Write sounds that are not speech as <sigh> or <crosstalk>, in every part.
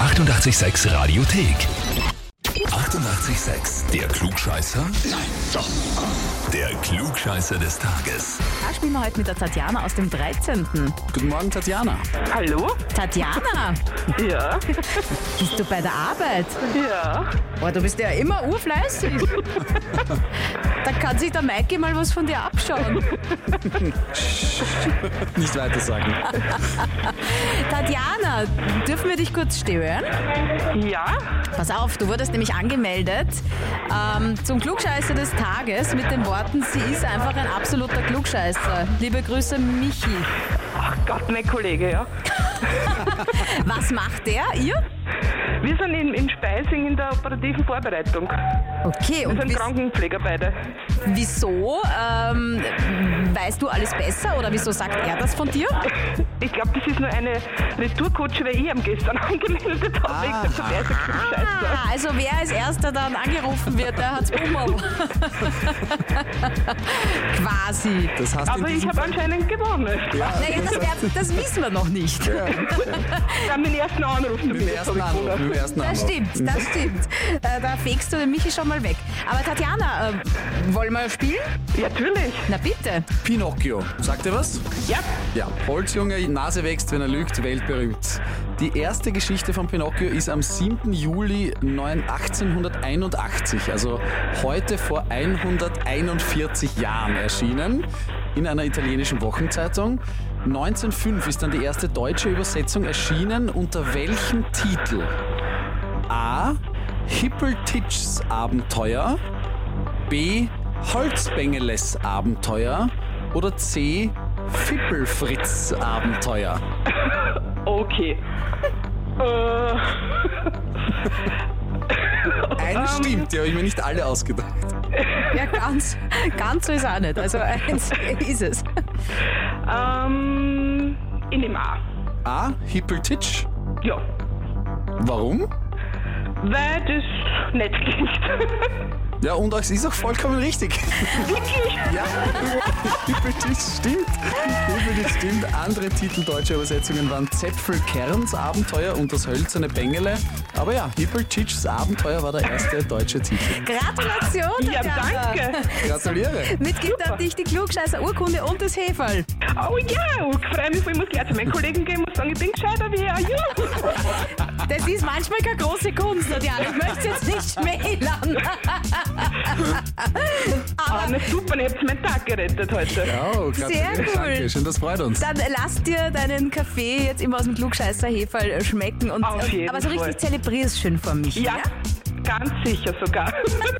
886 Radiothek. 88,6. Der Klugscheißer? Nein, doch. Der Klugscheißer des Tages. Da spielen wir heute mit der Tatjana aus dem 13. Guten Morgen, Tatjana. Hallo? Tatjana, Ja, bist du bei der Arbeit? ja. Boah, du bist ja immer urfleißig. da kann sich der Maike mal was von dir abschauen. Nicht weiter sagen. Tatjana, dürfen wir dich kurz stören? Ja? Pass auf, du wurdest nämlich angemeldet ähm, zum Klugscheißer des Tages mit den Worten, sie ist einfach ein absoluter Klugscheißer. Liebe Grüße, Michi. Ach Gott, mein Kollege, ja. Was macht der? Ihr? Wir sind in, in Speising in der operativen Vorbereitung. Wir Okay, und sind wis- Krankenpfleger beide. wieso? Ähm, weißt du alles besser oder wieso sagt er das von dir? Ich glaube, das ist nur eine Retourkutsche, weil ich am gestern <laughs> angemeldet habe. wegen dem Verkehrsscheißer. Ah, also wer als erster dann angerufen wird, der hat's <laughs> Bummel. Quasi. Das hast Aber in ich diesem habe anscheinend gewonnen. Ja. Naja, das, wär, das wissen wir noch nicht. Dann meinen ersten Anruf mit dem ersten Anruf. Mit dem ersten Das Anruf. stimmt, das stimmt. Äh, da fegst du den Michi schon mal weg. Aber Tatjana, äh, wollen wir spielen? Ja, natürlich. Na bitte. Pinocchio. Sagt ihr was? Ja. Ja. Holzjunge, Nase wächst, wenn er lügt, weltberühmt. Die erste Geschichte von Pinocchio ist am 7. Juli 9 1881, also heute vor 141 Jahren erschienen in einer italienischen Wochenzeitung. 1905 ist dann die erste deutsche Übersetzung erschienen. Unter welchem Titel? A. Hippeltitschs Abenteuer. B. Holzbengeles Abenteuer oder C. Fippelfritz Abenteuer. Okay. Äh, Eines stimmt, die habe ich mir nicht alle ausgedacht. Ja, ganz, ganz so ist auch nicht. Also eins ist es. ähm, in dem A. A. Hippeltitsch. Ja. Warum? Weil das nett klingt. <laughs> Ja, und es ist auch vollkommen richtig. <laughs> Wirklich? Ja, Hippeltitsch stimmt. Hippeltitsch stimmt. Andere Titel deutscher Übersetzungen waren Zäpfelkerns Abenteuer und das hölzerne Bengele. Aber ja, Hippeltitschs Abenteuer war der erste deutsche Titel. Gratulation, Ja, Tatjana. danke. Gratuliere. Mit gibt an dich die Klugscheißer-Urkunde und das Heferl. Oh ja, ich freue mich, voll. ich muss gleich zu meinen Kollegen gehen und sagen, ich bin gescheiter wie er. Ja. Das ist manchmal keine große Kunst, Tatjana. Ich möchte jetzt nicht schmälern. Ah, na super, ich habe meinen Tag gerettet heute. Oh, gratuliere. Sehr cool. Danke, schön, das freut uns. Dann lass dir deinen Kaffee jetzt immer aus dem Klugscheißer-Heferl schmecken. Und, Auf jeden aber so richtig Fall. zelebrier's schön vor mich. Ja, ganz sicher sogar.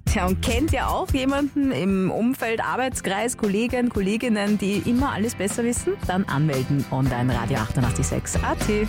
Tja, und kennt ihr auch jemanden im Umfeld, Arbeitskreis, Kollegen, Kolleginnen, die immer alles besser wissen? Dann anmelden online Radio 886 AT.